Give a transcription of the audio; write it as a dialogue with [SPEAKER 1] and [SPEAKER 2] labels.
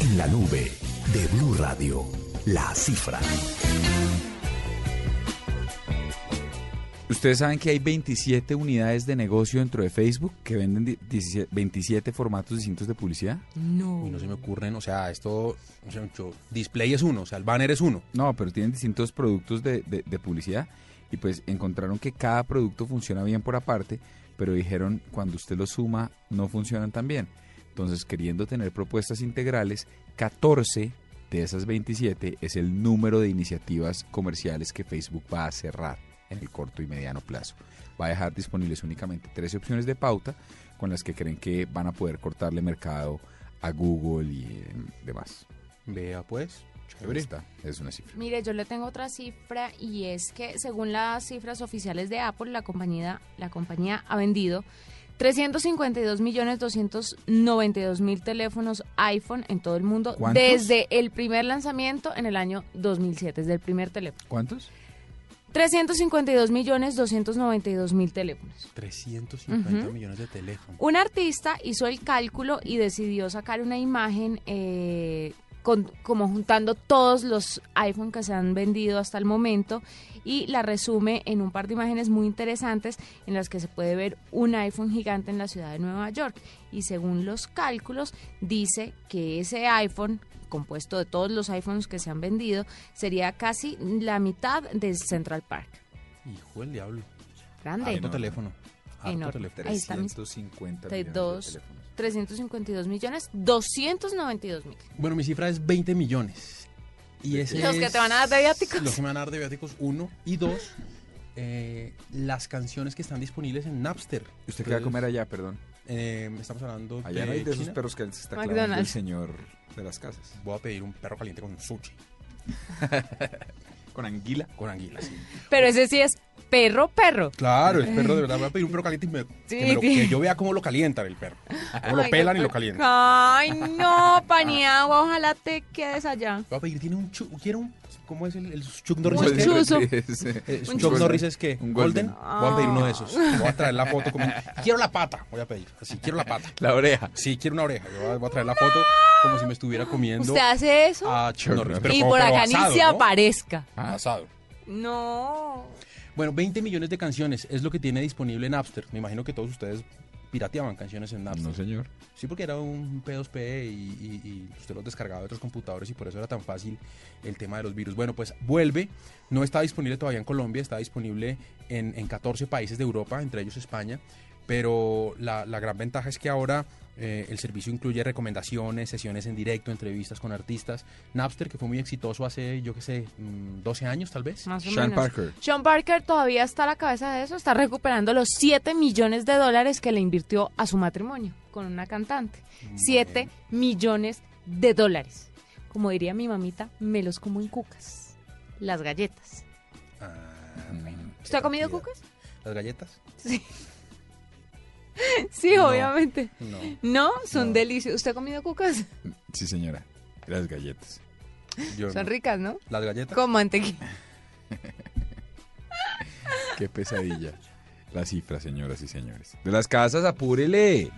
[SPEAKER 1] En la nube de Blue Radio, la cifra.
[SPEAKER 2] Ustedes saben que hay 27 unidades de negocio dentro de Facebook que venden di- 17 27 formatos distintos de publicidad.
[SPEAKER 3] No.
[SPEAKER 4] y no se me ocurren, o sea, esto, o sea, yo- display es uno, o sea, el banner es uno.
[SPEAKER 2] No, pero tienen distintos productos de, de- de publicidad y pues encontraron que cada producto funciona bien por aparte, pero dijeron cuando usted lo suma no funcionan tan bien. Entonces, queriendo tener propuestas integrales, 14 de esas 27 es el número de iniciativas comerciales que Facebook va a cerrar en el corto y mediano plazo. Va a dejar disponibles únicamente 13 opciones de pauta con las que creen que van a poder cortarle mercado a Google y eh, demás.
[SPEAKER 4] Vea pues,
[SPEAKER 2] Ahí
[SPEAKER 4] chévere.
[SPEAKER 2] está, es una cifra.
[SPEAKER 3] Mire, yo le tengo otra cifra y es que según las cifras oficiales de Apple, la compañía, la compañía ha vendido 352.292.000 teléfonos iPhone en todo el mundo
[SPEAKER 2] ¿Cuántos?
[SPEAKER 3] desde el primer lanzamiento en el año 2007, desde el primer teléfono.
[SPEAKER 2] ¿Cuántos?
[SPEAKER 3] 352.292.000 teléfonos.
[SPEAKER 4] 350
[SPEAKER 3] Ujú.
[SPEAKER 4] millones de teléfonos.
[SPEAKER 3] Un artista hizo el cálculo y decidió sacar una imagen eh, con- como juntando todos los iPhone que se han vendido hasta el momento y la resume en un par de imágenes muy interesantes en las que se puede ver un iPhone gigante en la ciudad de Nueva York. Y según los cálculos, dice que ese iPhone compuesto de todos los iPhones que se han vendido, sería casi la mitad del Central Park.
[SPEAKER 4] Hijo del diablo.
[SPEAKER 3] Grande.
[SPEAKER 4] Harto teléfono. Harto
[SPEAKER 3] Enorme.
[SPEAKER 4] teléfono.
[SPEAKER 3] Ahí está mis
[SPEAKER 2] 350
[SPEAKER 3] de
[SPEAKER 2] millones
[SPEAKER 3] dos.
[SPEAKER 2] de teléfonos.
[SPEAKER 3] 352 millones 292 mil.
[SPEAKER 4] Bueno, mi cifra es 20 millones. Y ese
[SPEAKER 3] Los que
[SPEAKER 4] es-
[SPEAKER 3] te van a dar de viáticos.
[SPEAKER 4] Los que me van a dar de viáticos, uno. Y dos, eh, las canciones que están disponibles en Napster.
[SPEAKER 2] ¿Usted qué va a
[SPEAKER 4] Entonces,
[SPEAKER 2] comer allá, perdón?
[SPEAKER 4] eh, estamos hablando
[SPEAKER 2] Allá no hay de esos
[SPEAKER 4] China.
[SPEAKER 2] perros que se está
[SPEAKER 3] McDonald's.
[SPEAKER 2] clavando el señor de las casas.
[SPEAKER 4] Voy a pedir un perro caliente con sushi,
[SPEAKER 2] Con anguila.
[SPEAKER 4] con anguilas.
[SPEAKER 3] Pero ese sí es perro, perro.
[SPEAKER 4] Claro, el perro de verdad. Voy a pedir un perro caliente y me-
[SPEAKER 3] Eh. Sí,
[SPEAKER 4] que, me lo-
[SPEAKER 3] sí.
[SPEAKER 4] que yo vea cómo lo calientan el perro. Cómo
[SPEAKER 3] Ay,
[SPEAKER 4] Ah, lo
[SPEAKER 3] qué
[SPEAKER 4] pelan y lo
[SPEAKER 3] pe-
[SPEAKER 4] calientan.
[SPEAKER 3] Ay, no, paniagua, ojalá te quedes allá.
[SPEAKER 4] Voy a pedir, tiene un chu- ¿quiere un- ¿Cómo es el, el Chuck
[SPEAKER 3] Un
[SPEAKER 4] Norris?
[SPEAKER 3] Pues
[SPEAKER 4] este?
[SPEAKER 3] chu- chuzo.
[SPEAKER 4] Eh,
[SPEAKER 2] Un
[SPEAKER 4] Chuck Norris es que
[SPEAKER 2] Un
[SPEAKER 4] Golden.
[SPEAKER 2] golden.
[SPEAKER 4] Voy a pedir uno de esos.
[SPEAKER 3] Ah.
[SPEAKER 4] Voy a traer la foto. comiendo. Quiero la pata. Voy a pedir. Así, quiero la pata.
[SPEAKER 2] La oreja.
[SPEAKER 4] Sí, quiero una oreja. Yo voy a- voy a traer la foto como si me estuviera comiendo
[SPEAKER 3] Usted hace eso
[SPEAKER 4] a Chuck Norris. Ah, pero
[SPEAKER 3] y
[SPEAKER 4] como-
[SPEAKER 3] por
[SPEAKER 4] pero
[SPEAKER 3] acá ni
[SPEAKER 4] asado,
[SPEAKER 3] se
[SPEAKER 4] ¿no?
[SPEAKER 3] aparezca.
[SPEAKER 4] Asado.
[SPEAKER 3] No.
[SPEAKER 4] Bueno, 20 millones de canciones es lo que tiene disponible en Napster. Me imagino que todos ustedes pirateaban canciones en Napster.
[SPEAKER 2] No, señor.
[SPEAKER 4] Sí, porque era un P2P y, y- y usted los descargaba de otros computadores y por eso era tan fácil el tema de los virus. Bueno, pues vuelve. No está disponible todavía en Colombia, está disponible en, en 14 países de Europa, entre ellos España. Pero la, la gran ventaja es que ahora eh, el servicio incluye recomendaciones, sesiones en directo, entrevistas con artistas. Napster, que fue muy exitoso hace, yo qué sé, mm, 12 años tal vez.
[SPEAKER 3] Más o
[SPEAKER 2] Sean
[SPEAKER 3] menos.
[SPEAKER 2] Parker.
[SPEAKER 3] Sean Parker todavía está a la cabeza de eso, está recuperando los 7 millones de dólares que le invirtió a su matrimonio con una cantante. 7 millones de dólares. Como diría mi mamita, me los como en cucas. Las galletas.
[SPEAKER 4] Ah, qué
[SPEAKER 3] ¿Usted ha comido
[SPEAKER 4] cantidad.
[SPEAKER 3] cucas?
[SPEAKER 4] ¿Las galletas?
[SPEAKER 3] Sí. Sí,
[SPEAKER 4] No.
[SPEAKER 3] obviamente.
[SPEAKER 4] No.
[SPEAKER 3] No, son
[SPEAKER 4] No.
[SPEAKER 3] deliciosas. ¿Usted ha comido cucas?
[SPEAKER 2] Sí, señora. Las galletas.
[SPEAKER 4] yo
[SPEAKER 3] Son
[SPEAKER 4] no.
[SPEAKER 3] ricas, ¿no?
[SPEAKER 4] ¿Las galletas?
[SPEAKER 3] Con mantequilla.
[SPEAKER 2] Qué pesadilla. La cifra, señoras y señores. De las casas, apúrele.